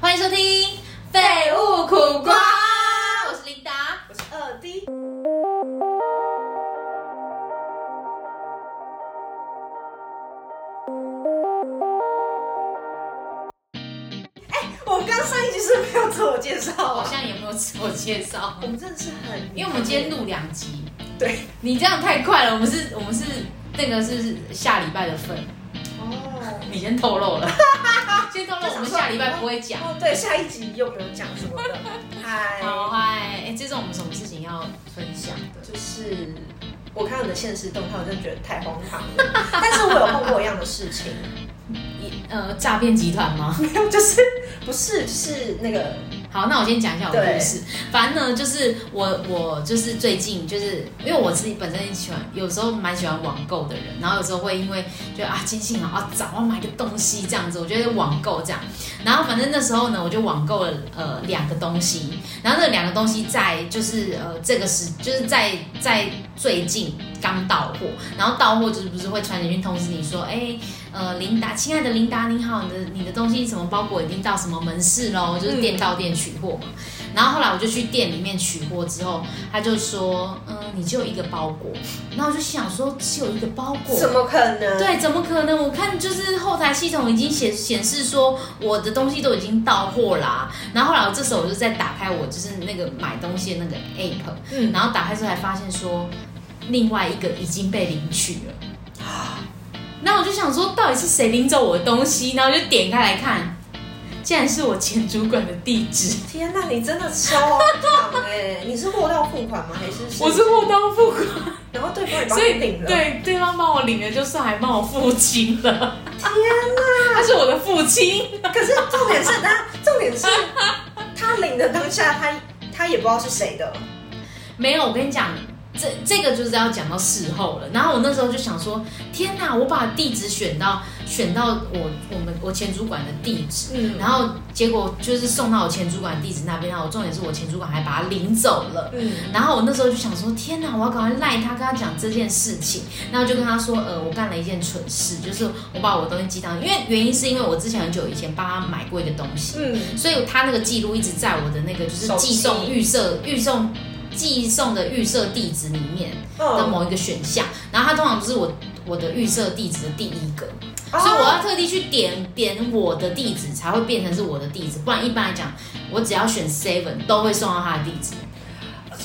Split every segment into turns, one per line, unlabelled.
欢迎收听《废物苦瓜》，我是琳达。
我是二 D。哎，我们刚上一集是没有自我介绍
好
啊，
像也没有自我介绍
我，们真的是很，
因为我们今天录两集，
对
你这样太快了。我们是，我们是那个是下礼拜的份，
哦
你先透 露了，先透露我们下礼拜不会讲。
哦，对，下一集又不用讲什么 的。嗨，
好嗨，哎，这是我们什么事情要分享的？
就是我看到你的现实动态，我真的觉得太荒唐了。 但是我有碰过一样的事情，
一呃，诈骗集团吗？
没有，就是不是是那个
好，那我先讲一下我的
对
故事。反正呢，就是我我就是最近就是因为我自己本身喜欢，有时候蛮喜欢网购的人，然后有时候会因为觉得啊，今天幸好啊，早要买个东西这样子，我觉得网购这样。然后反正那时候呢，我就网购了呃两个东西，然后那两个东西在就是呃这个时就是在在最近刚到货，然后到货就是不是会传简讯通知你说，哎、呃，琳达，亲爱的琳达，你好，你的你的东西什么包裹已经到什么门市喽，就是店到店取货嘛。然后后来我就去店里面取货之后，他就说，嗯、你只有一个包裹。然后我就想说，只有一个包裹，
怎么可能？
对，怎么可能？我看就是后台系统已经显显示说我的东西都已经到货啦、然后后来我这时候我就在打开我就是那个买东西的那个 app，
嗯
然后打开之后才发现说另外一个已经被领取了。那我就想说，到底是谁领走我的东西？然后我就点开来看，竟然是我前主管的地址。
天呐，你真的超荒 唐哎！你是货到付款吗？还是
我是货到付款，
然后对方也帮
所以
你领了。，
对对方帮我领了，就算还帮我付清了。
天呐！
他是我的父亲。
可是重点是他，重点是他领的当下，他他也不知道是谁的。
没有，我跟你讲，这这个就是要讲到事后了。然后我那时候就想说，天哪，我把地址选到选到我我们我前主管的地址，
嗯
然后结果就是送到我前主管地址那边，然后重点是我前主管还把他领走了。
嗯，
然后我那时候就想说，天哪，我要赶快赖他，跟他讲这件事情。然后就跟他说，呃，我干了一件蠢事，就是我把我的东西寄到，因为原因是因为我之前很久以前帮他买过一个东西，
嗯，
所以他那个记录一直在我的那个就是
手机
寄送预设预送寄送的预设地址里面的
哦
某一个选项，然后他通常就是我我的预设地址的第一个，
哦
所以我要特地去点点我的地址才会变成是我的地址，不然一般来讲我只要选 seven 都会送到他的地址。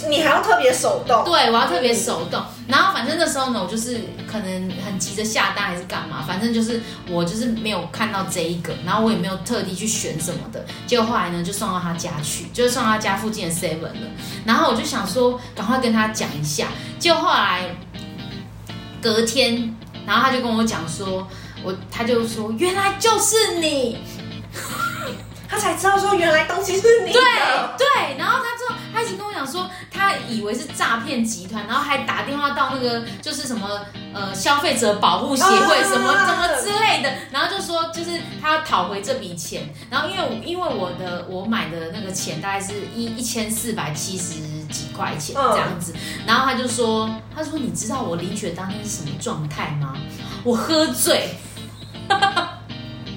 你还要特别手动。
对，我要特别手动。然后反正那时候呢，我就是可能很急着下单还是干嘛，反正就是我就是没有看到这一个，然后我也没有特地去选什么的。结果后来呢，就送到他家去，就是送到他家附近的 seven 了。然后我就想说，赶快跟他讲一下。结果后来隔天，然后他就跟我讲说，我他就说原来就是你。
他才知道说原来东西是你的。
对对，然后他之后他一直跟我讲说，他以为是诈骗集团，然后还打电话到那个就是什么呃消费者保护协会
啊
什么什么之类的，然后就说就是他要讨回这笔钱，然后因为我因为我的我买的那个钱大概是一一千四百七十几块钱
嗯
这样子，然后他就说他说你知道我领取的当天是什么状态吗？我喝醉。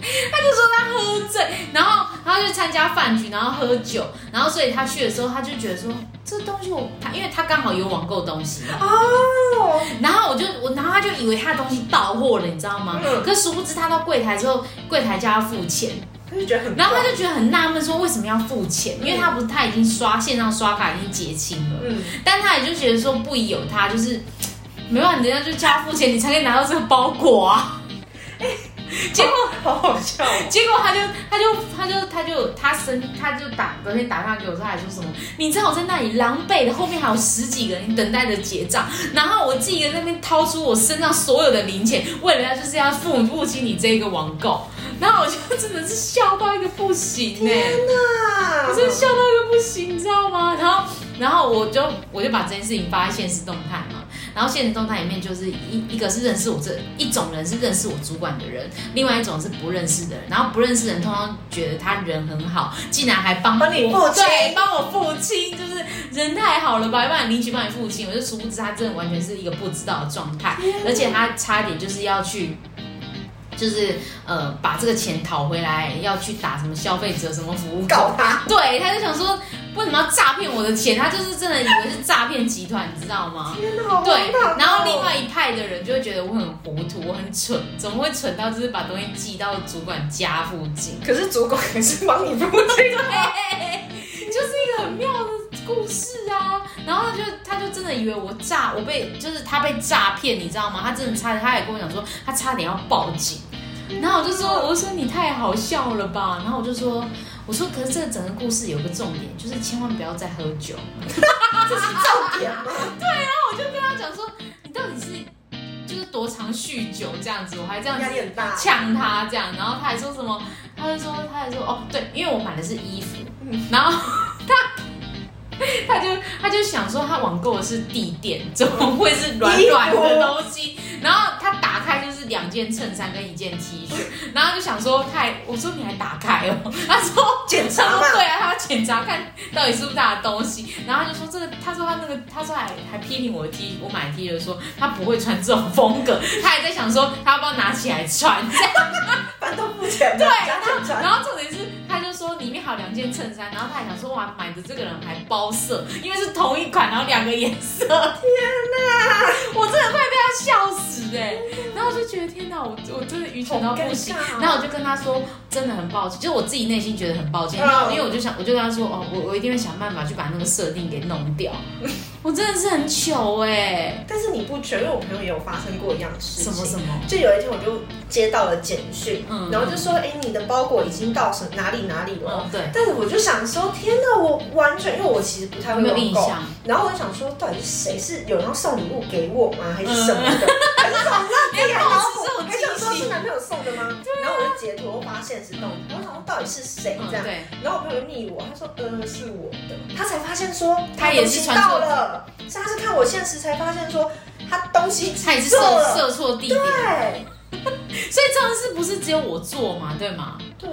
他就说他喝醉，然后他就参加饭局，然后喝酒，然后所以他去的时候，他就觉得说这东西我他，因为他刚好有网购东西，
哦，
然后我就我，然后他就以为他的东西到货了，你知道吗？
嗯
可殊不知他到柜台之后，柜台叫他付钱，
他就觉得很。
然后他就觉得很纳闷，说为什么要付钱？因为他不是他已经刷线上刷卡已经结清了，
嗯，
但他也就觉得说不宜有他，就是没办法，人家就叫他付钱，你才可以拿到这个包裹啊。结果
好好笑哦。
结果他就他就他就他就他生他就打昨天打电话给我说，他还说什么？你知道我在那里狼狈的，后面还有十几个人等待着结账，然后我自己在那边掏出我身上所有的零钱，为了要就是要付付清你这个网购，然后我就真的是笑到一个不行欸呢、
天哪！
我真的笑到一个不行，你知道吗？然后，然后我就我就把这件事情发在现实动态嘛，然后现实动态里面就是一一个是认识我这一种人是认识我主管的人，另外一种是不认识的人，然后不认识的人通常觉得他人很好，竟然还帮
帮你
我
付清
对，帮我付清，就是人太好了吧，要不然领取帮你付清，我就殊不知他真的完全是一个不知道的状态
天，哪
而且他差点就是要去。就是呃把这个钱讨回来，要去打什么消费者什么服务
搞他，
对，他就想说为什么要诈骗我的钱？他就是真的以为是诈骗集团，你知道吗？
天哪，好荒
对
唐哦，
然后另外一派的人就会觉得我很糊涂，我很蠢，怎么会蠢到就是把东西寄到主管家附近？
可是主管也是帮你付这个，
就是一个很妙的故事啊。然后他就他就真的以为我诈，我被就是他被诈骗，你知道吗？他真的差点，他也跟我讲说他差点要报警。然后我就说，
哦
我就说你太好笑了吧。然后我就说，我说可是这整个故事有个重点，就是千万不要再喝酒。
这是重点吗？
我就跟他讲说，你到底是就是多常酗酒这样子，我还这样子
压力很大，
呛他这样，然后他还说什么？他就说，他还说哦，对，因为我买的是衣服，
嗯
然后 他他就他就想说他网购的是地垫，怎么会 是软软的东西？然后他打开就是两件衬衫跟一件 T 恤，然后就想说他还我说你还打开哦，他说
检
他
查
说
嘛，
对啊，他要检查看到底是不是他的东西，然后他就说这个，他说他那个，他说还还批评我的 T，我买的 T 恤说他不会穿这种风格，他还在想说他要不要拿起来穿，
反正都付钱嘛，
对
加检查，
然后重点是他就说里面还有两件衬衫，然后他还想说哇买的这个人还包色，因为是同一款，然后两个颜色，天哪， 我真的快被他笑死哎、然后我就觉得天哪，我我真的愚蠢到不行
好尴尬哦。
然后我就跟他说，真的很抱歉，就是我自己内心觉得很抱歉，
嗯
然后因为我就想，我就跟他说，哦，我我一定会想办法去把那个设定给弄 掉。我真的是很糗哎、
但是你不全，因为我朋友也有发生过一样的事
什
情。
么什么，
就有一天我就接到了简讯，
嗯
然后就说，嗯哎、你的包裹已经到什哪里哪里了。
哦对，
但是我就想说，天哪，我完全因为我其实不太
有
会
没有
网
印
购，
象？
然后我就想说，到底是谁是有人要送礼物给我吗？还是什么 的？还是什么让自己
连
还
保
脑
持 这
补？
种
还想说
惊喜
是男朋友送的吗？
啊
然后我就截图发现实动态，我想说到底是谁
嗯
这样？
对，
然后我朋友密我，他说呃是我的，他才发现说
他也是
东西
传错
到了，是他是看我现实才发现说他东西
他也是
做
射
了，
射错地点。
对。啊
所以这种事不是只有我做嘛，对吗？
对，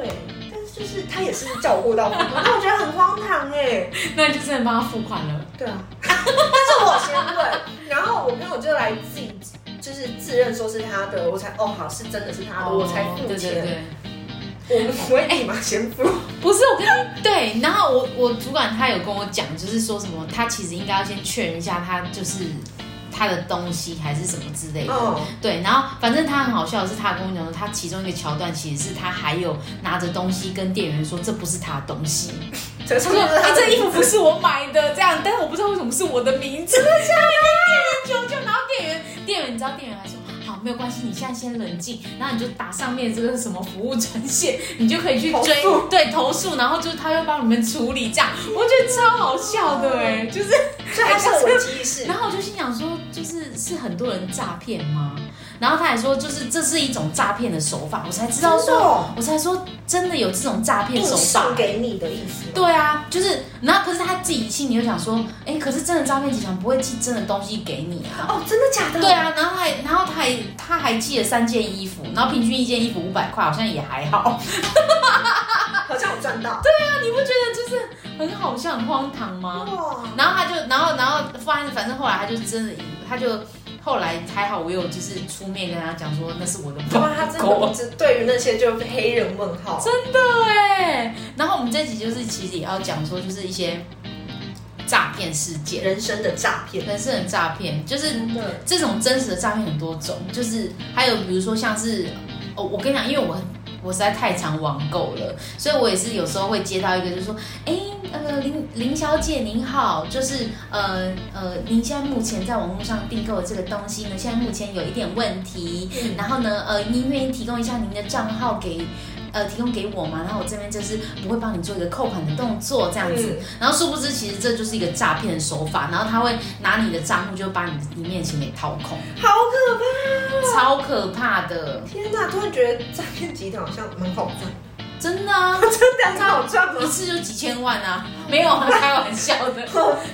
但是就是他也是叫我过到付款， 那我觉得很荒唐哎、
那你就真的帮他付款了。
对啊， 但是我先问，然后我朋友就来自己就是自认说是他的，我才哦好是真的是他的，我才付
哦对对
钱，
对，
我们不会立马先付，
不是我跟你对，然后我我主管他有跟我讲，就是说什么他其实应该要先确认一下他就是他的东西还是什么之类的。
哦，
对，然后反正他很好笑的是，他跟我讲说，他其中一个桥段其实是他还有拿着东西跟店员说这不是他的东西，
这
他
是
说哎、
他
这衣服不是我买的这样，但是我不知道为什么是我的名字，真的 假的？店员就然后店员店员你知道店员还说。好，没有关系，你现在先冷静，然后你就打上面这个什么服务专线，你就可以去
投
追
诉
对投诉，然后就是他会帮你们处理这样，我觉得超好笑的哎、就是
所以他是有危机意识，
然后我就心想说，就是是很多人诈骗吗？然后他还说，就是这是一种诈骗的手法，我才 知道
真的
说，
哦
我才说真的有这种诈骗
硬
手法
送。给你的意思，，
对啊，就是，然后可是他自己心里就想说，哎，可是真的诈骗集团不会寄真的东西给你啊。
哦，真的假的？
对，啊，然后还，然后他还他还寄了三件衣服，然后平均一件衣服五百块，好像也还好。
好像我赚到，
那你不觉得就是很好笑、很荒唐吗？
哇，
然后他就，然后然后反正反正后来他就真的，他就后来还好，我有就是出面跟他讲说那是我的
对
包
啊，他真的
狗
不知对于那些就是黑人问号，
对。然后我们这集就是其实也要讲说就是一些诈骗事件，
人生的诈骗，
人生的诈骗，就是
真的。
这种真实的诈骗很多种，就是还有比如说像是，哦，我跟你讲，因为我很我实在太常网购了，所以我也是有时候会接到一个，就是说，哎，呃，林林小姐您好，就是呃呃，您现在目前在网络上订购的这个东西呢，现在目前有一点问题，
嗯
然后呢，呃，您愿意提供一下您的账号给。呃，提供给我嘛，然后我这边就是不会帮你做一个扣款的动作，这样子。
嗯
然后殊不知，其实这就是一个诈骗的手法，然后他会拿你的账户，就把你里面的钱给掏空，
好可怕！
超可怕的，
天哪，突然觉得诈骗集团好像蛮好赚，
真的啊，
真的很好赚
一
吗？
次就几千万啊，没有啊，开玩笑的，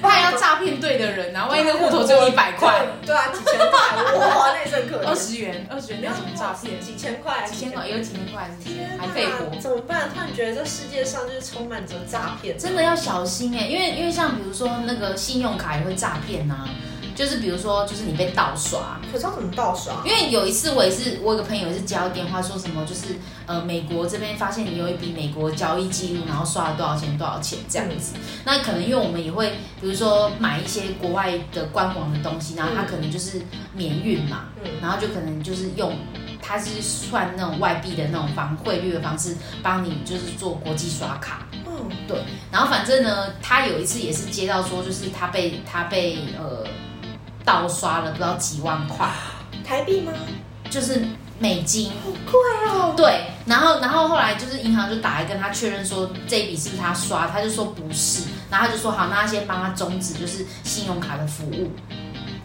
他还要诈骗对的人啊，万一那个户头只有一百块，
对，对啊，几千块，哇，那也是很可
二
怜。
十元，二十元那什么诈骗？
几千块，
哦几千块，。有几千块还是，
天
还废
哪，
活
怎么办？突然觉得这世界上就是充满着诈骗，
欸真的要小心哎、因为因为像比如说那个信用卡也会诈骗啊，就是比如说，就是你被盗刷。
可是要怎么啊盗刷？
因为有一次我也是，我有个朋友也是接到电话说什么，就是呃美国这边发现你有一笔美国交易记录，然后刷了多少钱多少钱这样子。那可能因为我们也会，比如说买一些国外的官网的东西，然后它可能就是免运嘛，
嗯
然后就可能就是用，它是算那种外币的那种方汇率的方式，帮你就是做国际刷卡。
嗯，
然后反正呢，他有一次也是接到说，就是他被他被呃盗刷了不知道几万块，
台币吗？
就是美金。
好贵哦。
对，然后然后后来就是银行就打来跟他确认说这一笔是不是他刷，他就说不是，然后他就说好，那他先帮他终止就是信用卡的服务，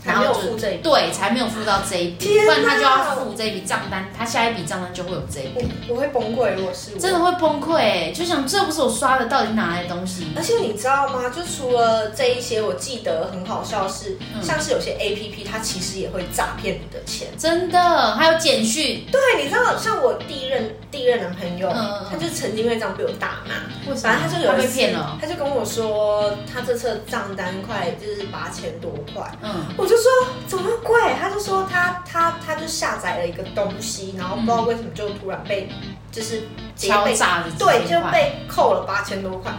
还没有付这一笔。
对，才没有付到这一笔，
天
不
哪
然他就要付这一笔账单，他下一笔账单就会有这一笔，
我我会崩溃，如果是我。
真的会崩溃、欸，就想这不是我刷的，到底哪来的东西？
而且你知道吗？就除了这一些，我记得很好笑是，
嗯
像是有些 A P P 它其实也会诈骗你的钱。
真的，还有简讯，
对，你知道，像我第一任第一任男朋友，
嗯嗯嗯
他就曾经因为这样被我大骂，
为什么
反正他就有
他
一
被
次
骗了？
他就跟我说他这次的账单快就是八千多块。
嗯，
我就说怎么贵？他就说他他他就下载了一个东西，然后不知道为什么就突然被就是直
嗯
接
敲
被
诈的这
对
一
就
块
被扣了八千多块。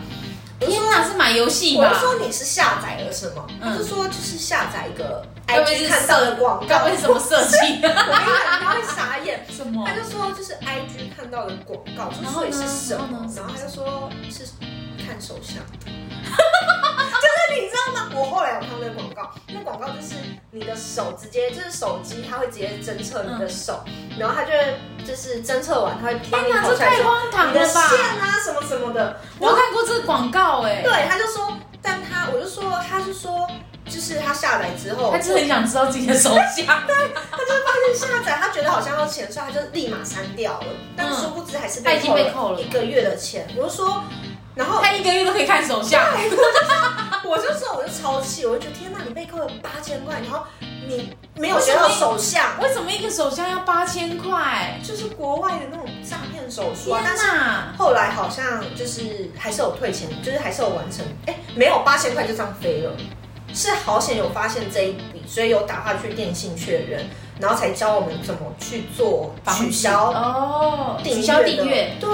天哪，是买游戏
我
吧
就？说你是下载了什么？
嗯
他就说就是下载一个
该不会
IG
是
看到的广
该
告
不。会是什么设计？
我跟你讲，他会傻 眼。
什么
他？就说就是 IG 看到的广告，就
然
是
后
所
呢
以是什
然后
么
呢？
然后他就说是看手 相。就是你知道吗？我后来有看到那个广告，那广告就是你的手直接就是手机，它会直接侦测你
嗯
的手，然后它就会就是侦测完，它会贴
天
你
哪，
头
这
起来
太
说
荒唐
你的
了
线
吧！
啊什么什么的。
我
然后
看过这个广告哎、
对，他就说，但他我就说，他就说，就是他下载之后，
他就是很想知道自己的手相，
下载，他觉得好像要钱，所以他就立马删掉了。但殊不知还是
嗯他
被
已经
扣
被
了
扣了
一。个月的钱。我就说，然后啊
他一个月都可以看手相，
我就说，我就超气，我就觉得天哪，你被扣了八千块，然后你没有学到手相，
为什么一个手相要八千块？
就是国外的那种诈骗手术啊
天。
但是
哪！
后来好像就是还是有退钱，就是还是有完成，哎、没有八千块就这样飞了。是好险有发现这一笔，所以有打话去电信确认，然后才教我们怎么去做取消
哦，
订
取
阅的
消订阅，。
对，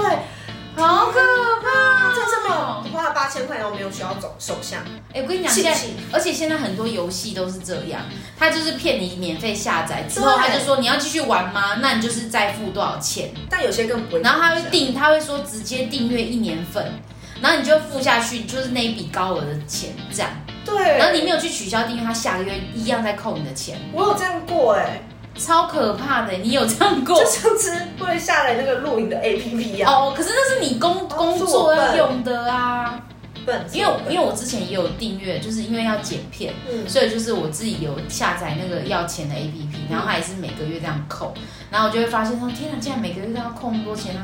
好可怕！
这是没有花了八千块，然后没有需要走手相，
哎、我跟你讲，
信
现
不
在
信？
而且现在很多游戏都是这样，他就是骗你免费下载之后，
对
他就说你要继续玩吗？那你就是再付多少钱？
但有些更不会。
然后他会订，他会说直接订阅一年份，然后你就付下去，就是那一笔高额的钱这样。
对，
然后你没有去取消订阅，他下个月一样在扣你的钱，
我有这样过哎、
超可怕的。欸你有这样过
就？上次会下载那个录影的 APP 呀、啊，
哦，可是那是你工
哦
工
是
作
我笨
要用的啊，
笨，
因为我因为我之前也有订阅，就是因为要剪片，
嗯，
所以就是我自己有下载那个要钱的 APP，然后它也是每个月这样扣，然后我就会发现说，天哪，竟然每个月都要扣那么多钱，那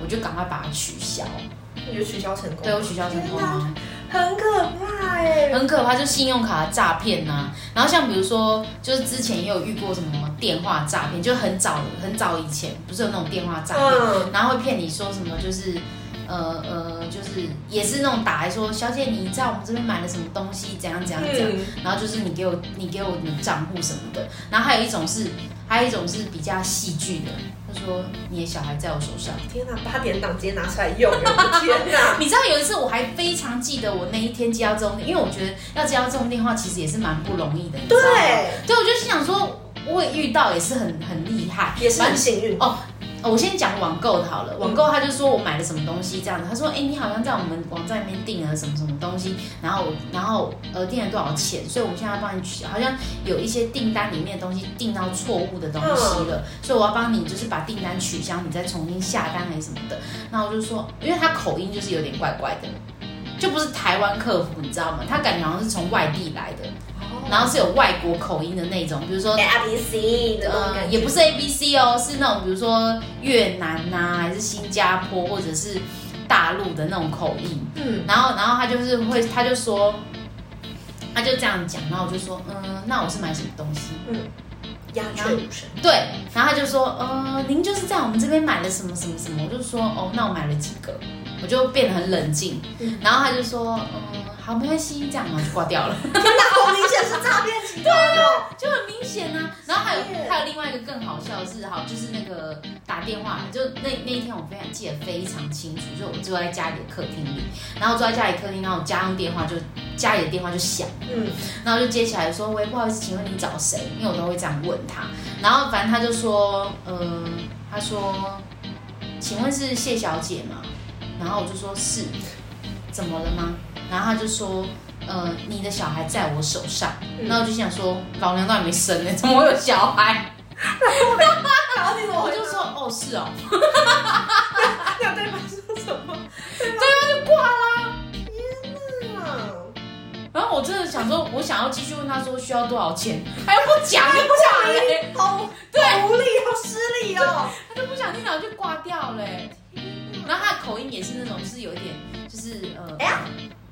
我就赶快把它取消。
你就取消成功，
对我取消成功啊。
很可怕哎、
很可怕，就信用卡的诈骗呐。然后像比如说，就是之前也有遇过什么电话诈骗，就很早很早以前，不是有那种电话诈骗，
嗯。
然后会骗你说什么就是。呃呃，就是也是那种打来说，小姐你在我们这边买了什么东西，怎样怎样怎样，
嗯，
然后就是你给我你给我你的账户什么的，然后还有一种是还有一种是比较戏剧的，就说你的小孩在我手上，
天哪，八点档直接拿出来用，我的天哪！
你知道有一次我还非常记得我那一天接到这种，因为我觉得要接到这种电话其实也是蛮不容易的，你知道吗？
对，
对，我就心想说，我也遇到也是很很厉害，
也是
反
很
正
幸运。
哦我先讲网购的好了，网购他就说我买了什么东西这样子，他说，哎、你好像在我们网站里面订了什么什么东西，然后然后呃订了多少钱，所以我们现在要帮你取，好像有一些订单里面的东西订到错误的东西了，所以我要帮你就是把订单取消，你再重新下单还是什么的。然后我就说，因为他口音就是有点怪怪的。就不是台湾客服，你知道吗？他感觉好像是从外地来的，
哦
然后是有外国口音的那种，比如说
A B C 的那种
呃，
感觉，
也不是 A B C 哦，是那种比如说越南呐、还是新加坡或者是大陆的那种口音。
嗯，
然后，然后他就是会，他就说，他就这样讲，然后我就说，嗯，那我是买什么东西？
鸦雀无声。
对，然后他就说，呃，您就是在我们这边买了什么什么什么？我就说，哦，那我买了几个，我就变得很冷静
嗯。
然后他就说，嗯，好，没关系，这样，然后就挂掉了，
天哪，好明显是诈骗集团哦！
就很明显啊。然后还有
是耶
还有另外一个更好笑的是，好，就是那个打电话，就那那一天我非常记得非常清楚，就我坐在家里的客厅里，然后坐在家里客厅，然后我家用电话就家里的电话就响。
嗯，
然后就接起来说：“喂，不好意思，请问你找谁？”因为我都会这样问他。然后反正他就说：“呃，他说，请问是谢小姐吗？”然后我就说：“是。”怎么了吗？然后他就说：“呃，你的小孩在我手上。
嗯
然后我就想说：“老娘都还没生呢、怎么会有小 孩
然后你？”怎么
我
回
就
答？
说：“哦，是哦。
你有对方说什 么？”对方就
然后我真的想说，我想要继续问他说需要多少钱，他又不讲，又不哦讲嘞，
挂啦！好，
对
好无力，好失礼哦！
他就不想听，然后就挂掉嘞、然后他的口音也是那种，就是有一点，就是呃，
哎呀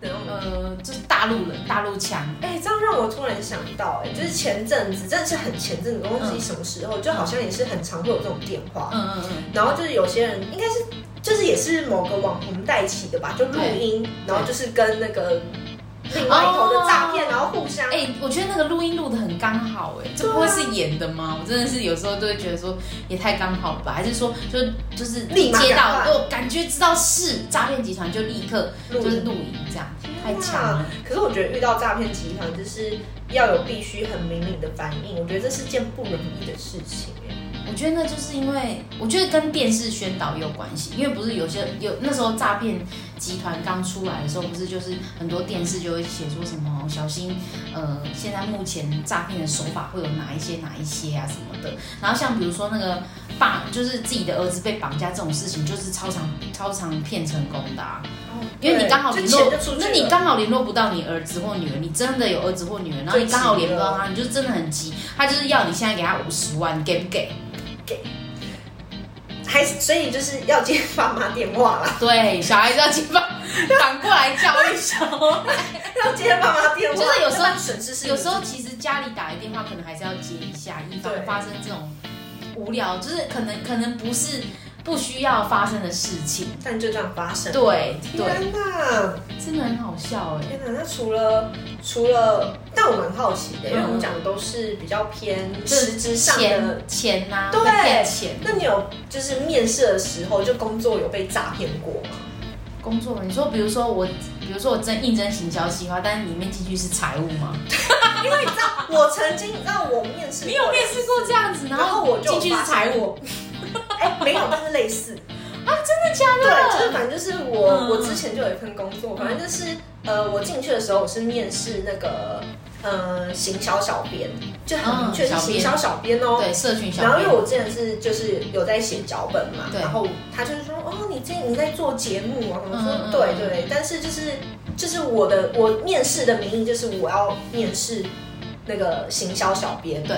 然后
呃，就是大陆人，大陆腔。
哎、这样让我突然想到、哎，就是前阵子，真的是很前阵子，我忘记什么时候，就好像也是很常会有这种电话，
嗯嗯嗯，
然后就是有些人应该是就是也是某个网红带起的吧，就录音，然后就是跟那个另外一头的诈骗，
哦
然后互相，
哎、我觉得那个录音录的很刚好、哎，
啊
这不会是演的吗？我真的是有时候都会觉得说，也太刚好了吧？还是说，就就是
立马
接到
赶，快
我感觉知道是诈骗集团，就立刻
录音
就是录影这样，太强了。
可是我觉得遇到诈骗集团，就是要有必须很明显的反应，我觉得这是件不容易的事情、哎
我觉得那就是因为，我觉得跟电视宣导也有关系，因为不是有些有那时候诈骗集团刚出来的时候，不是就是很多电视就会写说什么小心，呃，现在目前诈骗的手法会有哪一些哪一些啊什么的。然后像比如说那个爸，就是自己的儿子被绑架这种事情，就是超常超常骗成功的啊。因为你刚好
哦对
联
就钱
络
就出去了，，
那你刚好联络不到你儿子或女儿，你真的有儿子或女儿，然后你刚好联络不到他，你就真的很急，他就是要你现在给他五十万，你给不给？
还所以就是要接爸妈电话啦，
对，小孩子要请爸反过来教育小孩。
要接爸妈电话，
就是有时候
要不然损失是
有时候其实家里打来电话，可能还是要接一下，以防
对
发生这种无聊，就是可能可能不是不需要发生的事情。
但就这样发生。
对对，
天哪，
真的很好笑哎。
天哪！那除了除了，但我蛮好奇的，因为
嗯
我们讲的都是比较偏
就是
实质上的。
钱钱呐，
对
被骗钱。
那你有就是面试的时候，就工作有被诈骗过吗？
工作，你说比如说我，比如说我真应征行销计划，但是里面进去是财务吗？
因为你知道，我曾经你知道我面试，
你有面试过这样子，然
然后
后
我就
进去是财务，
务， 哎、没有，但是类似。
啊真的假
对，
的？
就是反正就是我，
嗯
我之前就有一份工作，反正就是呃，我进去的时候我是面试那个呃行销小编，就很明确是
嗯
行销小编哦。
对，社群小
然后因为
编，
我之前是就是有在写脚本嘛，
对
然后他就是说哦，你最近你在做节目啊，我
嗯嗯嗯
说对对，但是就是就是我的我面试的名义就是我要面试那个行销小编，
对，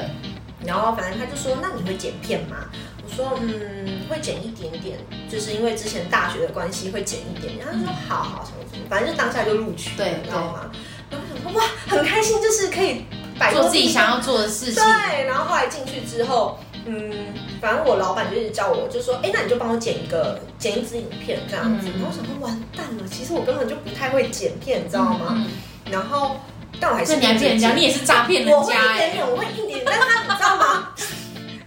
然后反正他就说：“那你会剪片吗？”我说：“嗯，会剪一点点，就是因为之前大学的关系会剪一点。”然后他就说：“好好，什么什么，反正就当下就录取了，
嗯对
你知道吗？”然后我想说：“哇，很开心，就是可以摆脱
做自己想
要
要做的事情。
对。”啊然后后来进去之后，嗯，反正我老板就一直叫我，就说：“哎，那你就帮我剪一个剪一支影片这样子。
嗯
然后我想说：“完蛋了，其实我根本就不太会剪片，你知道吗？”
嗯
然后，但我还是
那你还骗人家，
剪
你也是诈骗人
我会
家
一
哎、
点点，我会一点点，但是他你知道吗？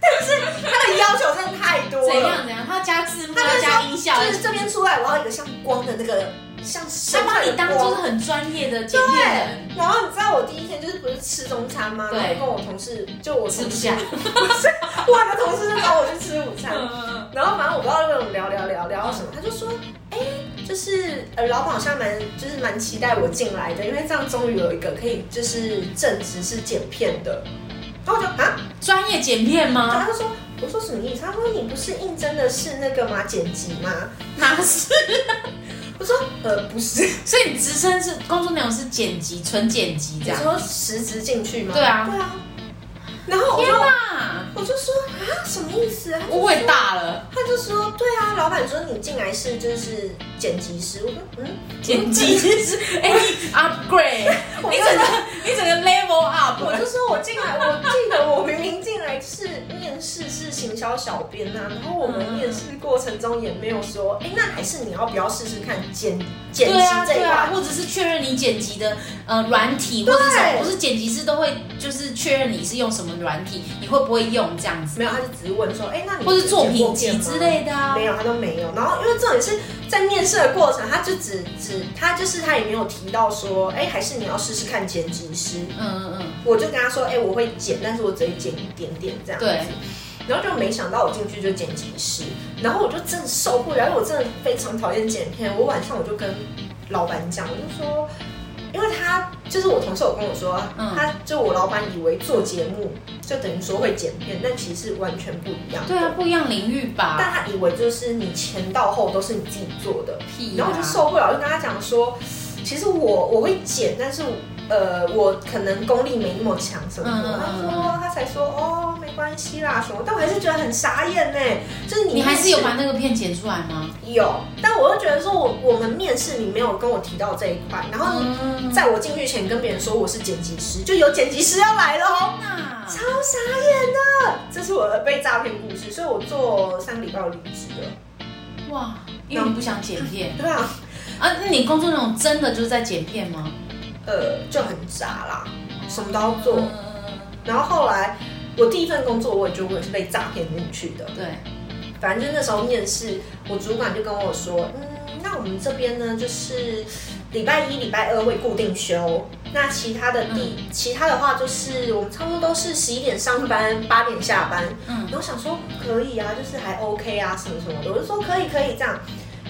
但是他的要求真的太多
怎
了，
样怎样？他要加字幕，
他就
要
说
加音效，啊
就是这边出来，我要一个像光的那个，像
他
神
把
探
你
的
当做
光
是很专业的检
对
验人，，
然后你知道我第一天就是不是吃中餐吗？
对
然后跟我同事，就我
吃
同
不
事，
下。
我的同事就找我去吃午餐，
嗯
然后反正我不知道那种聊聊聊聊到什么，他就说，哎、就是呃，老板好像蛮就是蛮期待我进来的，因为这样终于有一个可以就是正职是剪片的，然后我就啊，
专业剪片吗？
他就说，我说什么意思？他说你不是应征的是那个吗？剪辑吗？
哪是？
我说呃不是，
所以你职称是工作内容是剪辑，纯剪辑这
你
样。
说实职进去吗？
对啊
对啊。然后我
天
就
哪，
我就说啊什么意思？他就
误会大了，
他就说对啊，老板说你进来是就是剪辑师，我说嗯，
剪辑师，哎、你 upgrade，
我
你
就
整个你整个 level
我
up，
就说我进来，我记得我明明进来是面试试行销小编啊，然后我们面试过程中也没有说，哎、那还是你要不要试试看剪剪辑
对啊，
这一
对
块？
啊，或者是确认你剪辑的呃软体，或
对
者是不是剪辑师都会就是确认你是用什么软体，你会不会用这样子，
没有，他就只是问说，哎、那你
或是作品
剪
集
过片吗
之类的啊。
没有，他都没有。然后因为重点是在面试的过程，他就只只他就是他也没有提到说，哎、还是你要试试看剪辑师。
嗯嗯嗯，
我就跟他说，哎、我会剪，但是我只会剪一点点这样子。
对。
然后就没想到我进去就剪辑师，然后我就真的受不了，因为我真的非常讨厌剪片。我晚上我就跟老板讲，我就说，因为他就是我同事有跟我说，
嗯
他就我老板以为做节目就等于说会剪片，但其实完全不一样。
对啊，，不一样领域吧。
但他以为就是你前到后都是你自己做的，
屁、啊，
然后我就受不了，就跟他讲说，其实我我会剪，但是呃，我可能功力没那么强什么的。
嗯
他
嗯嗯
说他才说哦，没关系啦什么，但我还是觉得很傻眼呢。就是你
你还是有
面
把那个片剪出来吗？
试有，但我又觉得说我我们面试你没有跟我提到这一块，然后
嗯，
在我进去前跟别人说我是剪辑师，就有剪辑师要来了哦。
那
超傻眼的，这是我的被诈骗故事，所以我做三个礼拜我离职了。
哇，因为你不想剪片
对啊，
啊？那你工作那种真的就是在剪片吗？
呃，就很渣啦，什么都要做。
嗯
然后后来我第一份工作，我也觉得我也是被诈骗进去的。
对，
反正就那时候面试，我主管就跟我说，嗯，那我们这边呢，就是礼拜一、礼拜二会固定休，那其他的地，其他的话就是我们差不多都是十一点上班，八点下班。
嗯
然后想说可以啊，就是还 OK 啊，什么什么的，我就说可以可以这样。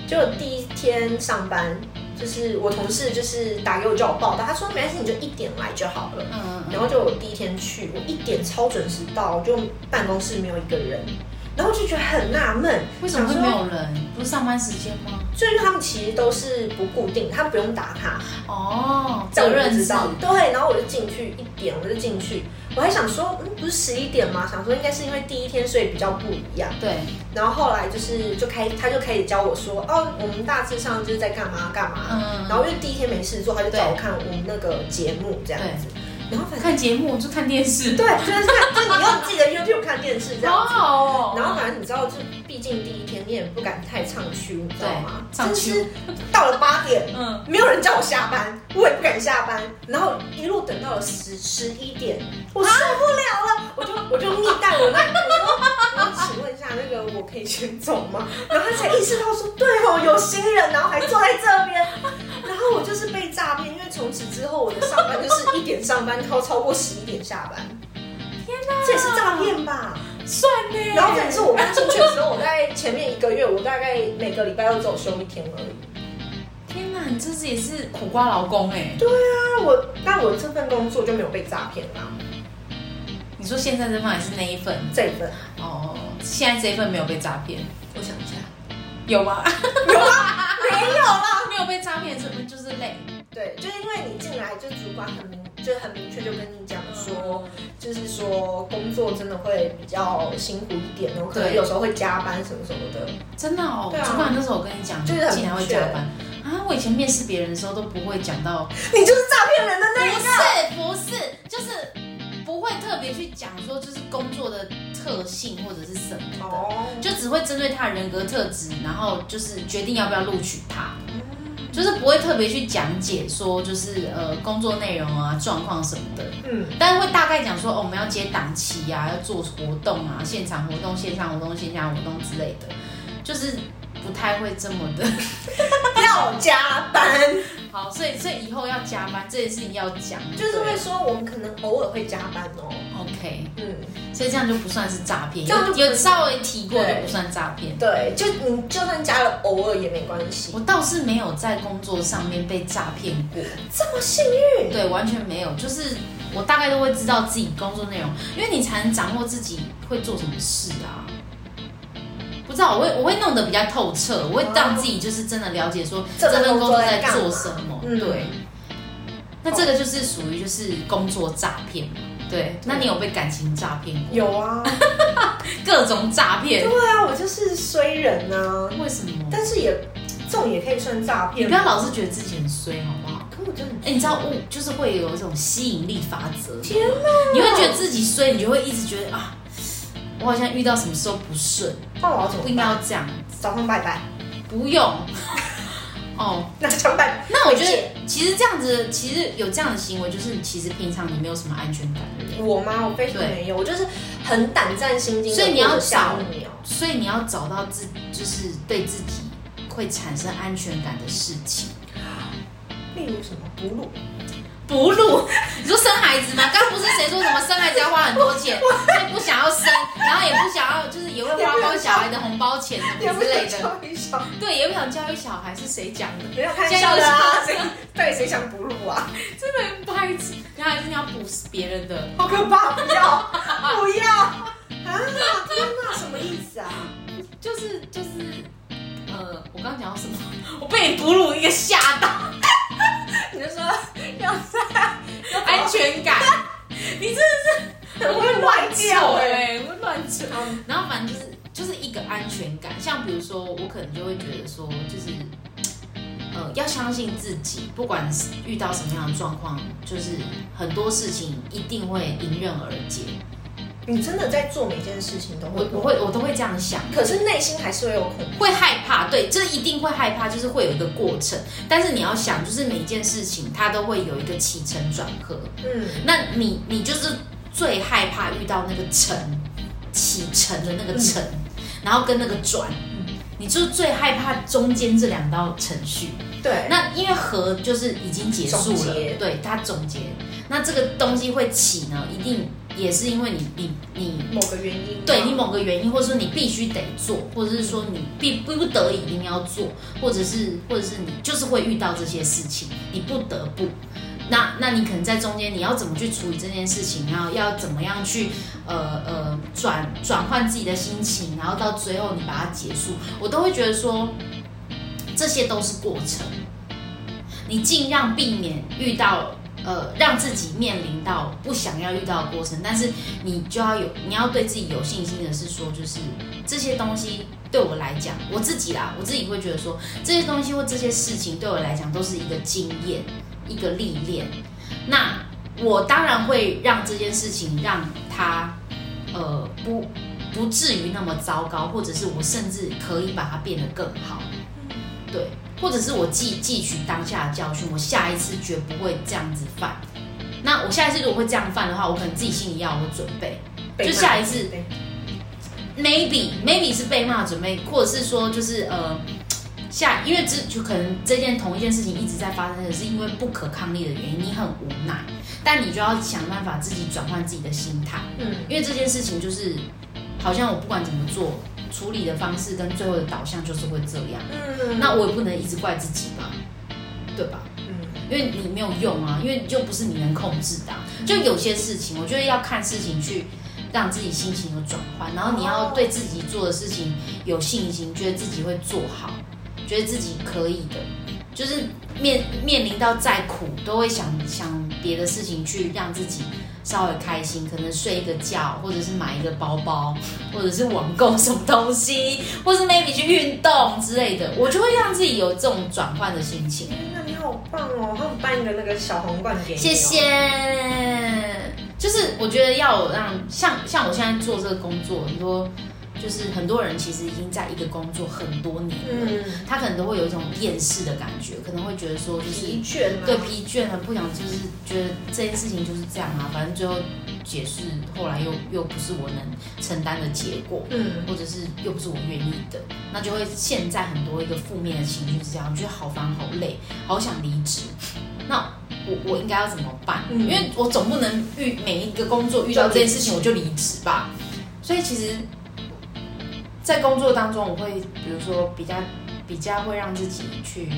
就第一天上班，就是我同事就是打给我叫我报到，他说没关系，你就一点来就好了。
嗯
然后就我第一天去，我一点超准时到，就办公室没有一个人，然后就觉得很纳闷，
为什么会
想
没
说？
有人？不是上班时间吗？
就因为他们其实都是不固定，他们不用打卡，
哦，
这
责
样我就
任
知
制，
道。对，然后我就进去一点，我就进去，我还想说，嗯，不是十一点吗？想说应该是因为第一天所以比较不一样。
对，
然后后来就是就开，他就开始教我说，哦，我们大致上就是在干嘛干嘛。
嗯，
然后因为第一天没事做，他就叫我看我们那个节目这样子。然后反正
看节目就看电视，
对，就是看，就是你用自己的 YouTube 看电视这样
好
子。
好哦。
然后反正你知道，就毕竟第一天你也不敢太唱虚，你知道吗？
对唱
真
虚
是到了八点，
嗯，
没有人叫我下班，我也不敢下班，然后一路等到了十十一点，我受不了了，我就我就密带我那我说， 我请问一下那个我可以先走吗？然后他才意识到说，对哦，有新人，然后还坐在这边，然后我就是被诈骗，因为从此之后我的上班就是一点上班，然后超过十一点下班，
天哪，
这也是诈骗吧？
算呢。
然后反正是我刚进去的时候，我大概前面一个月，我大概每个礼拜都只有休一天而已。
天哪，你这是也是苦瓜劳工哎。
那啊我那我这份工作就没有被诈骗啦，
你说现在这份还是那一份？
这一份
哦，现在这一份没有被诈骗，
我想一下，
有吗？
没有啦。
没有被诈骗，是不是就是累？
对，就是因为你进来，就主管很明，就很明确就跟你讲说，就是说工作真的会比较辛苦一点哦，可能
对
有时候会加班什么什么的。
真的哦
对，啊
主管那时候我跟你讲，
就是很
竟然会加班啊！我以前面试别人的时候都不会讲到，
你就是诈骗人的
不
那一个。嗯
是不是，就是不会特别去讲说就是工作的特性或者是什么的。
哦，
就只会针对他的人格特质，然后就是决定要不要录取他，
嗯
就是不会特别去讲解说就是呃工作内容啊、状况什么的，
嗯，
但会大概讲说、哦、我们要接档期啊，要做活动啊，现场活动、线上活动、线下活动之类的，就是不太会这么的
要加班，
好，所以所以以后要加班这件事情要讲，
就是
对
会说我们可能偶尔会加班哦。
OK，
嗯，
所以这样就不算是诈骗，
这样就
有
不
有稍微提过就
对
不算诈骗。
对，就你就算加了偶尔也没关系。
我倒是没有在工作上面被诈骗过，
这么幸运，
对，完全没有，就是我大概都会知道自己工作内容，因为你才能掌握自己会做什么事啊。不知道，我会我会弄得比较透彻，我会让自己就是真的了解说
这
这
份
份
工
工
作
作
在
在
干嘛
做什么。
嗯
对，那这个就是属于就是工作诈骗嘛。对，那你有被感情诈骗过？
有啊，
各种诈骗，
对啊，我就是衰人啊，
为什么？
但是也这种也可以算诈
你
骗
不
吗。
要老是觉得自己很衰，好不好？
可我就很
哎、你知道物就是会有一种吸引力法则，
天哪！
你会觉得自己衰，你就会一直觉得啊，我好像遇到什么时候不顺，
那我要怎么
不
办？
应该要这样，
早上拜拜，
不用。哦，
拿枪拜拜。
那我觉得其实这样子，其实有这样的行为，就是其实平常你没有什么安全感的人，
我吗？我非常
对
没有，我就是很胆战心惊。
所以你要
下
找
目标。
所以你要找到自，就是对自己会产生安全感的事情。
例如什么哺乳？
哺乳，你说生孩子吗？刚刚不是谁说什么生孩子要花很多钱，所以不想要生，然后也不想要，就是也会花光小孩的红包钱什么之类的，
教育小孩？
对，也不想教育小孩，是谁讲的？
不要看
现在
笑
又
的啊！
是
谁对谁想哺乳啊？
真的很白痴，然后还是你要补别人的，
好可怕！不要 不要啊！天哪，什么意思啊？
就是就是，呃，我刚刚讲到什么？我被你哺乳一个吓到，
你就说要在
安全感， 你真的是
我会乱叫哎
哎，我会乱叫。然后反正就是就是一个安全感，像比如说我可能就会觉得说，就是呃要相信自己，不管是遇到什么样的状况，就是很多事情一定会迎刃而解。
你真的在做每件事情都
我
会
我会我都会这样想。
可是内心还是会有恐
会害怕，对，这一定会害怕，就是会有一个过程。但是你要想，就是每一件事情它都会有一个起承转合。
嗯，
那你你就是最害怕遇到那个沉起沉的那个沉，然后跟那个转，
嗯
你就是最害怕中间这两道程序。
对，
嗯那因为和就是已经结束
总
了
结，
对它总结。那这个东西会起呢，一定也是因为你你你
某个原因，啊
对你某个原因，或者说你必须得做，或者是说你必不不得已一定要做，或者是或者是你就是会遇到这些事情，你不得不。那那你可能在中间，你要怎么去处理这件事情，然后要怎么样去呃呃转转换自己的心情，然后到最后你把它结束，我都会觉得说，这些都是过程。你尽量避免遇到呃让自己面临到不想要遇到的过程，但是你就要有，你要对自己有信心的是说，就是这些东西对我来讲，我自己啦，我自己会觉得说，这些东西或这些事情对我来讲都是一个经验，一个历练。那我当然会让这件事情让它呃不不至于那么糟糕，或者是我甚至可以把它变得更好。
嗯
对，或者是我记汲取当下的教训，我下一次绝不会这样子犯。那我下一次如果会这样犯的话，我可能自己心里要有准备
被骂
就下一次
被
，maybe maybe 是被骂的准备，或者是说就是呃下，因为这就可能这件同一件事情一直在发生的是因为不可抗力的原因，你很无奈，但你就要想办法自己转换自己的心态，
嗯，
因为这件事情就是好像我不管怎么做，处理的方式跟最后的导向就是会这样，
嗯
那我也不能一直怪自己吧，对吧？
嗯
因为你没有用啊，因为就不是你能控制的啊、就有些事情，我觉得要看事情去让自己心情有转换，然后你要对自己做的事情有信心，觉得自己会做好，觉得自己可以的。就是面面临到再苦，都会想想别的事情去让自己稍微开心，可能睡一个觉，或者是买一个包包，或者是网购什么东西，或是 maybe 去运动之类的，我就会让自己有这种转换的心情。
天哪，你好棒哦！他们搬一个那个小皇冠给你、
谢。谢。哦就是我觉得要有让像像我现在做这个工作，很多就是很多人其实已经在一个工作很多年了，
嗯，
他可能都会有一种厌世的感觉，可能会觉得说就是
疲倦吗？
对疲倦，很不想就是觉得这件事情就是这样啊，反正最后解释后来又又不是我能承担的结果。
嗯，
或者是又不是我愿意的，那就会现在很多一个负面的情绪是这样，觉得好烦、好累、好想离职。那我我应该要怎么办？
嗯
因为我总不能遇每一个工作遇到这件事情我就离职吧。所以其实，在工作当中，我会比如说比较比较会让自己去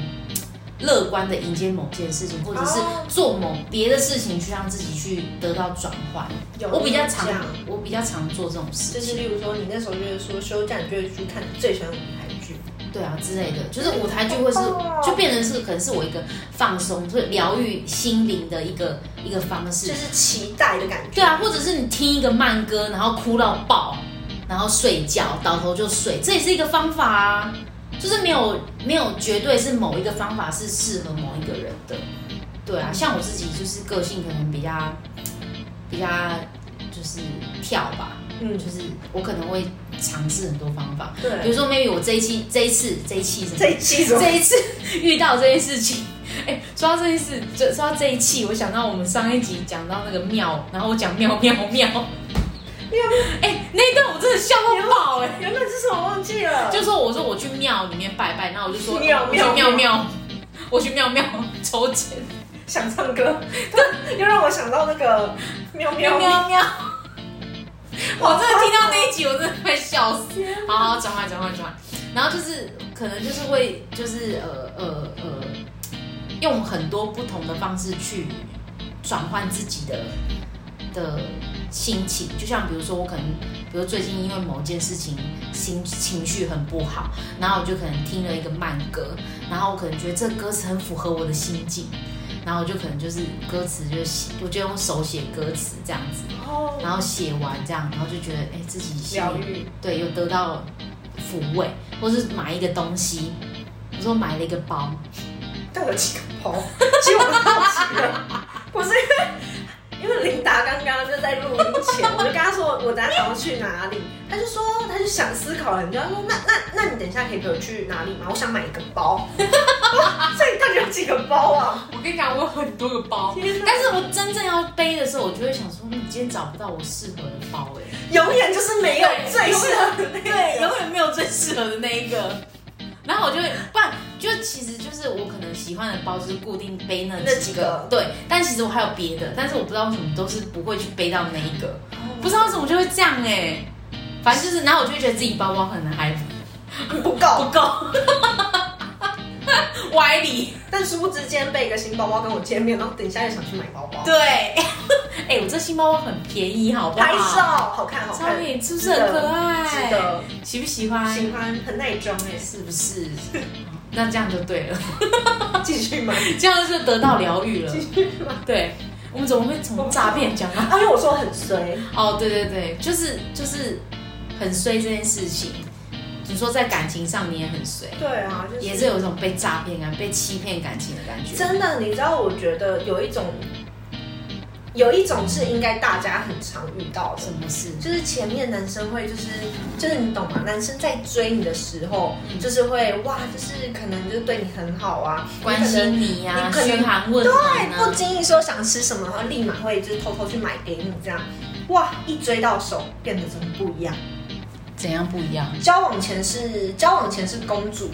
乐观的迎接某件事情，或者是
哦
做某别的事情去让自己去得到转换。
有
我比较常
这样，
我比较常做这种事情。
就是例如说，你那时候就是说休假，你就会去看最喜欢的舞台剧。
对啊之类的，就是舞台剧会是
好棒哦
就变成是可能是我一个放松，就是疗愈心灵的一个一个方式
就。是期待的感觉。
对啊，或者是你听一个慢歌，然后哭到爆，然后睡觉，倒头就睡，这也是一个方法啊。就是没有没有绝对是某一个方法是适合某一个人的。对啊，像我自己就是个性可能比较比较就是跳吧，
嗯
就，是我可能会尝试很多方法，比
对，
如说 maybe 我这一期这一次这一期
这一期怎么
这一次 遇到这件事情。哎、说到这件事，就说到这一期，我想到我们上一集讲到那个庙，然后我讲庙庙 庙，哎、那一段我真的笑到爆哎、
原本是什么忘记了？
就说我说我去庙里面拜拜，然后我就说哦
庙
我去
庙
庙庙，我去庙庙 抽签，
想唱歌， 对，又让我想到那个喵喵
喵喵
喵，
喵， 我真的听到那一集，我真的快笑死。好好转换转换转换，然后就是可能就是会就是呃呃呃，用很多不同的方式去转换自己的呃的心情，就像比如说我可能，比如最近因为某件事情心情绪很不好，然后我就可能听了一个慢歌，然后我可能觉得这歌词很符合我的心境。然后我就可能就是歌词就写，我就用手写歌词这样子，然后写完这样，然后就觉得哎、自己心里
哦疗愈，
对，有得到抚慰，或是买一个东西，比如说买了一个包，
到底有几个包？其实我好奇了，不哦是因为因为琳达刚刚就在录音前，我就跟她说我等下想要去哪里，她就说她就想思考了很久，她说那那那你等一下可以陪我去哪里吗？我想买一个 包，所以到底有几个包啊？
我跟你讲，我有很多个包，
天哪
但是我真正要背的时候，我就会想说，嗯，今天找不到我适合的包、哎，
永远就是没有
对
最适合的那
对，
个。
永远没有最适合的那一个。然后我就会，不然就其实就是我可能喜欢的包就是固定背那
那
几
几
个
个，
对。但其实我还有别的，但是我不知道为什么都是不会去背到那一个。不知道为什么就会这样哎、反正就是，然后我就会觉得自己包包可能还
不够，
不够， 歪理。
但殊不知今天被一个新包包跟我见面，然后等一下又想去买包包，
对，哎、我这新包包很便宜，好不好？
拍照好看好
超
看，
美，是不是很可爱？
值得，
喜不喜欢？
喜欢很耐装哎、
是不是？哦那这样就对了，
继续 买，
这样就得到疗愈了。
继续买。
对，我们怎么会从诈骗讲到？
啊，因为我说很衰，
哦，对对对，就是就是很衰这件事情。你说在感情上你也很衰，
对啊，就是
也是有一种被诈骗感、被欺骗感情的感觉。
真的。你知道，我觉得有一种，有一种是应该大家很常遇到的
什，么事？
就是前面男生会就是就是你懂吗？男生在追你的时候，
嗯
就是会哇，就是可能就对你很好啊，
关
你可能
心你呀、
你可能
嘘寒问暖
不
啊，
经意说想吃什么，然后立马会就是偷偷去买给你这样。哇！一追到手，变得怎么不一样？
怎样不一样？
交往前是交往前是公主，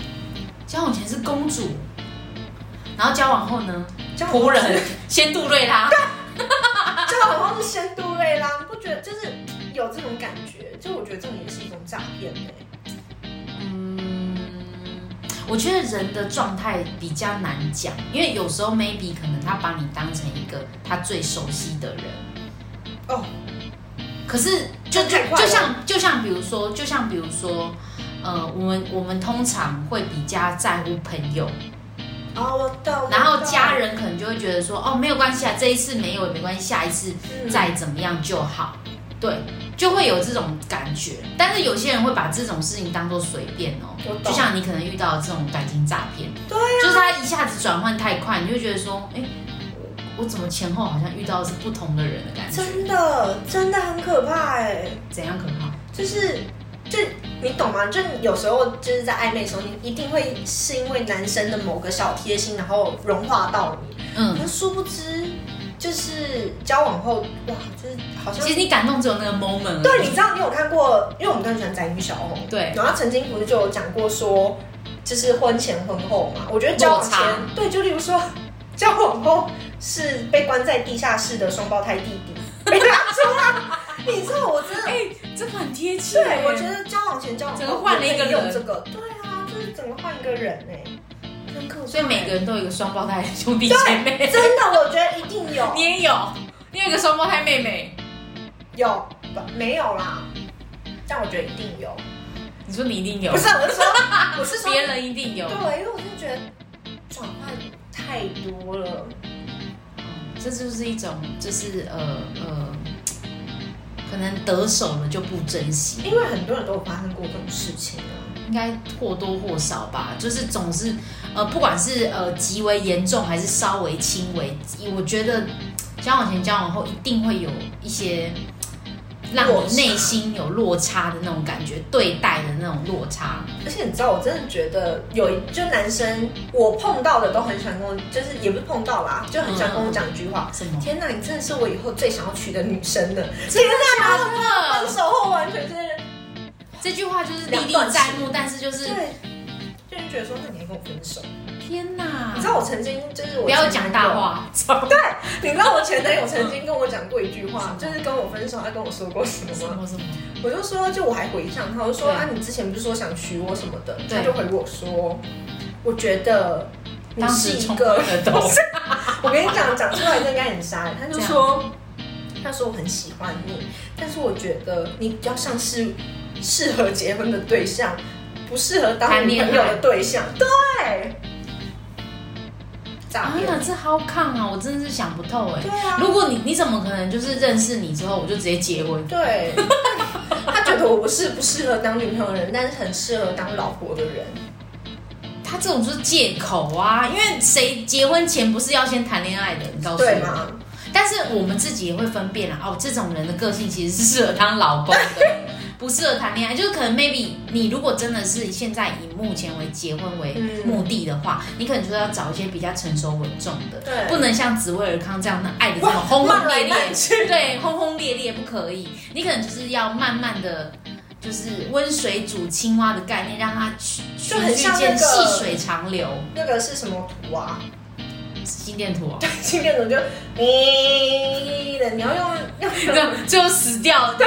交往前是公主，然后交往后呢？
交往后
仆人
是，
先杜瑞拉。
就好像是仙杜瑞拉，你不觉得就是有这种感觉？就我觉得这种也是一种诈骗哎。
嗯，我觉得人的状态比较难讲，因为有时候 maybe 可能他把你当成一个他最熟悉的人。
哦，
可是就
那
就
太快了
就像就像比如说，就像比如说，呃，我们我们通常会比较在乎朋友。
哦，我懂。
然后家人可能就会觉得说，哦，没有关系啊，这一次没有也没关系，下一次
在，
再怎么样就好，对，就会有这种感觉。但是有些人会把这种事情当做随便哦
我，
就
懂
像你可能遇到的这种感情诈骗，
对啊
就是他一下子转换太快，你就会觉得说，哎，我我怎么前后好像遇到的是不同的人的感觉，
真的真的很可怕哎，
怎样可怕？
就是就你懂吗？就有时候就是在暧昧的时候，你一定会是因为男生的某个小贴心，然后融化到你，
嗯，
可殊不知就是交往后，哇，就是好像
其实你感动只有那个 moment，而已
对，你知道你有看过，因为我们都很喜欢宅女小红，
对
然后她曾经不是就有讲过说，就是婚前婚后嘛，我觉得交往前
落差，
对，就例如说交往后是被关在地下室的双胞胎弟弟被拿出来，你知道我真 的，
哎，这个很贴切，
对我觉得交往前交往后
整个换了一个人
我可以用这个，对啊，就是整个换一个人哎、很可怕
所以每个人都有一个双胞胎兄弟姐妹。
真的，我觉得一定有，
你也有，你有一个双胞胎妹妹。
有不没有啦？但我觉得一定有，
你说你一定有
不， 是，啊我是说，我是说
别人一定有，
对，因为我就觉得转换太多了。
这就是一种，就是呃呃，可能得手了就不珍惜，
因为很多人都有发生过这种事情啊。
应该或多或少吧，就是总是呃，不管是呃极为严重还是稍微轻微，我觉得交往前交往后一定会有一些让
落
你
差
内心有落差的那种感觉，对待的那种落差。
而且你知道，我真的觉得有一就男生，我碰到的都很喜欢跟我，就是也不是碰到啦，就很喜欢跟我讲一句话。
什么？
天哪，你真的是我以后最想要娶的女生了。
真的假
分
的？
手后完全就是
这句话就是历历在目，但是就是
对，就是觉得说，那你还跟我分手？
天哪！
你知道我曾经就是我
不要讲大
话。
话，
你知道我前男友曾经跟我讲过一句话，就是跟我分手，他跟我说过什
什
么吗？
么什么？
我就说，就我还回想他，我就说
对
啊，你之前不是说想娶我什么的？
对
他就回我说，我觉得你
当
是
时
一
冲
个
昏了头，
我跟你讲，讲出来应该很傻眼。他就说，他说我很喜欢你，但是我觉得你比较像是适合结婚的对象，不适合当
谈
女
恋爱
朋友的对象。对，诈
啊
骗。，
这好抗啊！我真的是想不透哎、
对啊，
如果你你怎么可能就是认识你之后我就直接结婚？
对，他觉得我不是不适合当女朋友的人，但是很适合当老婆 的人。
他这种就是借口啊，因为谁结婚前不是要先谈恋爱的？你告诉
对
我。
吗？
但是我们自己也会分辨啦，哦，这种人的个性其实是适合当老 公的，不适合谈恋爱。就是可能 maybe 你如果真的是现在以目前为结婚为
嗯
目的的话，你可能就是要找一些比较成熟稳重的，
对
不能像紫薇尔康这样的爱的这么轰轰烈烈
哇慢来慢，
对，轰轰烈烈不可以。你可能就是要慢慢的，就是温水煮青蛙的概念，让它去
就很
循序
像
渐
那个
细水长流。
那个是什么图啊？
心电图哦，
今天怎么就你的？你要用
这
要
样最后死掉，对，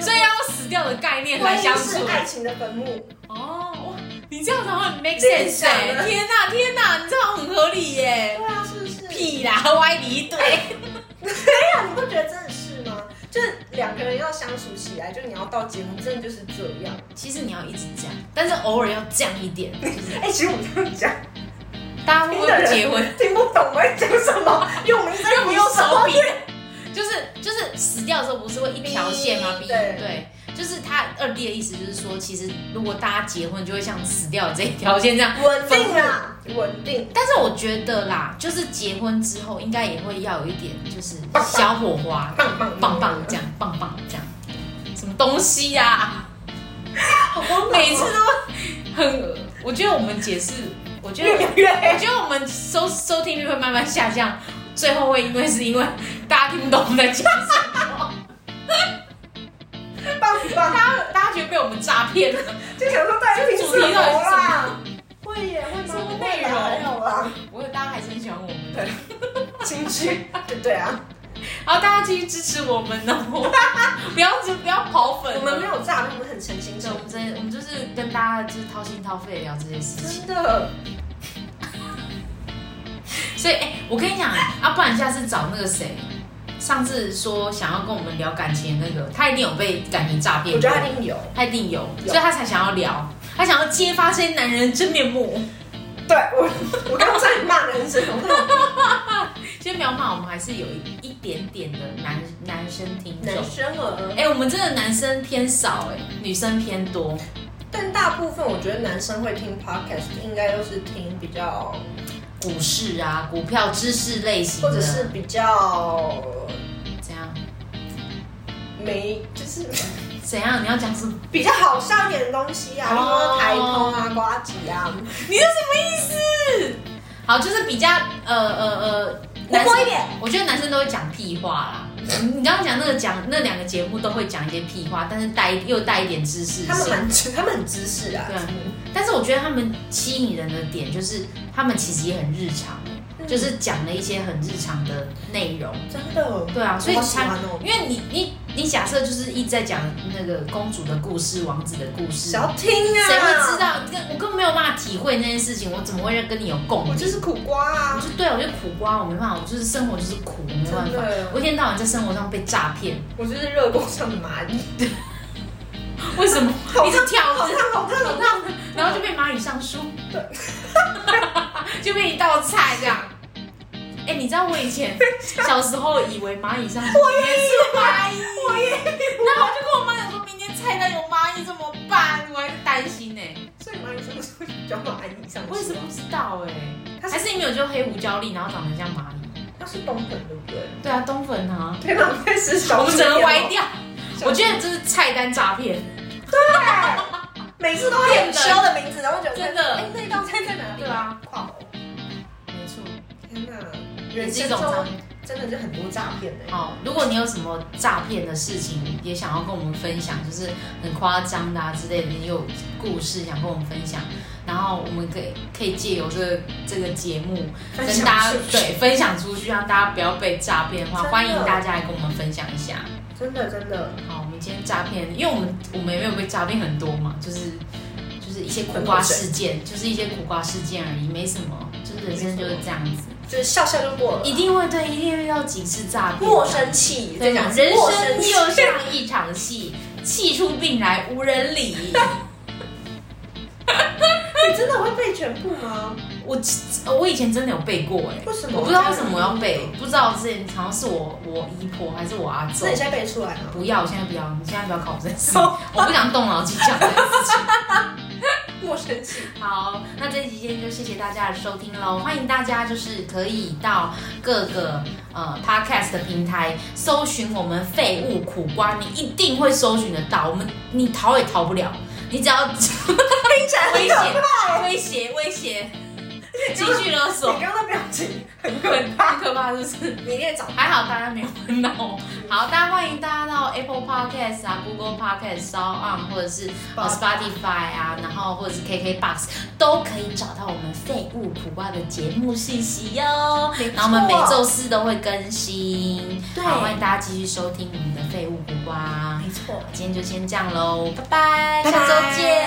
所以要用死掉的概念来
婚
相
姻是
处。
爱情的坟墓。
哦，哇，你这样的话很 make
联
sense
想
哎、
了
天哪、天哪、你这样很合理耶、
对啊，是不是？
屁啦，歪理一堆。
啊，你不觉得真的是吗？就是两个人要相处起来，就你要到结婚，真的就是这样。
其实你要一直这样，但是偶尔要降一点，就是
哎、其实我这样讲，
大家会不会不结婚？
听不懂我在讲什么，因为我们一直在
用不用手比？就是就是死掉的时候不是会一条线吗？
逼
逼
对
对，就是他二弟的意思就是说，其实如果大家结婚，就会像死掉的这一条线这样
稳定啦，稳定。
但是我觉得啦，就是结婚之后应该也会要有一点，就是小火花，
棒棒
棒棒这样，棒棒这样，什么东西呀、
好棒棒
每次都很，我觉得我们解释，我觉得
越描越黑
我觉得我们收收听率会慢慢下降，最后会因为是因为大家听不懂我们在讲什么，
棒棒，
大家大家觉得被我们诈骗了。
就想说大家平
主题到底是什
啦？会耶，会吗？
什么
不会吧
内容
还有啦，
我觉得大家还是很喜欢我们的，
情绪，对对啊，
好，大家继续支持我们哦， 不要不要跑粉
我
了，
们没有炸，我们很诚心
对，
诚
我们真的，我们就是跟大家就是掏心掏肺地聊这些事
意，
情。
真的，
所以，哎、我跟你讲啊，不然下次找那个谁，上次说想要跟我们聊感情的那个，他一定有被感情诈骗，
我觉得他一定有，
他一定有，
有
所以他才想要聊，他想要揭发这些男人的真面目。
对我，我刚才骂人生，我说
先不要骂，我们还是有一一点点的男男生听众。
男生儿，
哎、我们真的男生偏少哎、女生偏多。
但大部分我觉得男生会听 podcast，应该都是听比较，
股市啊，股票知识类型的，
或者是比较
怎样
没，就是
怎样？你要讲什么？
比较好笑一点的东西啊，
哦
比如说台通啊、瓜子啊，
你是什么意思？好，就是比较呃呃呃，男
活泼一
生
点。
我觉得男生都会讲屁话啦。嗯你刚刚讲那个讲那两个节目都会讲一些屁话，但是带又带一点知识
他们
性。
蛮知，他们很知识啊，
对啊但是我觉得他们吸引人的点就是他们其实也很日常，
嗯
就是讲了一些很日常的内容。
真的，
对啊，所以
我好喜
才
欢哦
因为你你你假设就是一直在讲那个公主的故事、王子的故事，
谁
谁
要听啊？
会知？道？我根本没有办法体会那件事情，我怎么会跟你有共鸣
我？就是苦瓜
我
啊，
就对我就苦瓜，我没办法，我就是生活就是苦，我没办
真
法。
的，
我一天到晚在生活上被诈 骗，
我就是热锅上的蚂蚁，
为什么？
好
一直跳，
好
一直
烫好烫好烫，
跳然后就被蚂蚁上树， 就被一道菜这样。哎、你知道我以 前小时候以为蚂蚁上树，我也是蚂蚁，我也，然后我就跟我妈讲说，明天菜单有蚂蚁怎么办？我还在担心呢、
所以蚂蚁上不是叫蚂蚁上？啊
我也是不知道哎、
它是
还是你没有就黑胡椒粒，然后长得像蚂蚁？
它是冬粉对不对？
对啊，冬粉啊，
天哪，我开始
我
小
们
心
整个
点哦
歪掉。我觉得这是菜单诈骗，
对，每次都会很羞的名字，然后觉得
真的
哎，那道菜在哪里？
对啊，
跨国。
没错，
天哪，
也
人
是一
生
种
中
诈骗。
真的是很多诈骗欸的。
哦，如果你有什么诈骗的事情，也想要跟我们分享，就是很夸张的啊之类的，你有故事想跟我们分享，然后我们可以可以借由这个这个节目跟
分享
大家
出去
对分享出去，让大家不要被诈骗的话，
真的
欢迎大家来跟我们分享一下。
真的真的，
好，我们今天诈骗，因为我们我们也没有被诈骗很多嘛，就是就是一些苦瓜事件，就是一些苦瓜事件而已，没什么，就是人生就是这样子，
就是笑笑就过了。
一定会对，一定会遇到几次诈骗，
莫生气，
对
这
讲
讲，
人
莫
生
生气。
就像一场戏，气出病来无人理。
你真的会背全部吗？
我我以前真的有背过哎、
为什么？
我不知道为什么我要背，。不知道之前好像是我我姨婆还是我阿
是
周
你。现在背出来吗？
不要，我现在不要，你现在不要考我这件事，我不想动脑筋想这件事情。
莫生气。
好，那这期间就谢谢大家的收听喽，欢迎大家就是可以到各个呃 podcast 的平台搜寻我们废物苦瓜，你一定会搜寻得到，我们你逃也逃不了，你只要
听起来
威
很可
胁
怕欸。
威胁威 胁，情
你刚刚
绪勒索
你，刚刚的表情很 可
很
怕，
很可怕，是不是？
你一定找
还好大家没有听到。好，大家欢迎大家到 Apple Podcast 啊、Google Podcast、s o n 或者是呃 Spotify 啊，然后或者是 KKBox 都可以找到我们废物苦瓜的节目信息哟。
没错
然后我们每周四都会更新，
对
好，欢迎大家继续收听我们的废物苦瓜。
没错。
今天就先这样喽，拜拜，
拜拜
下周见。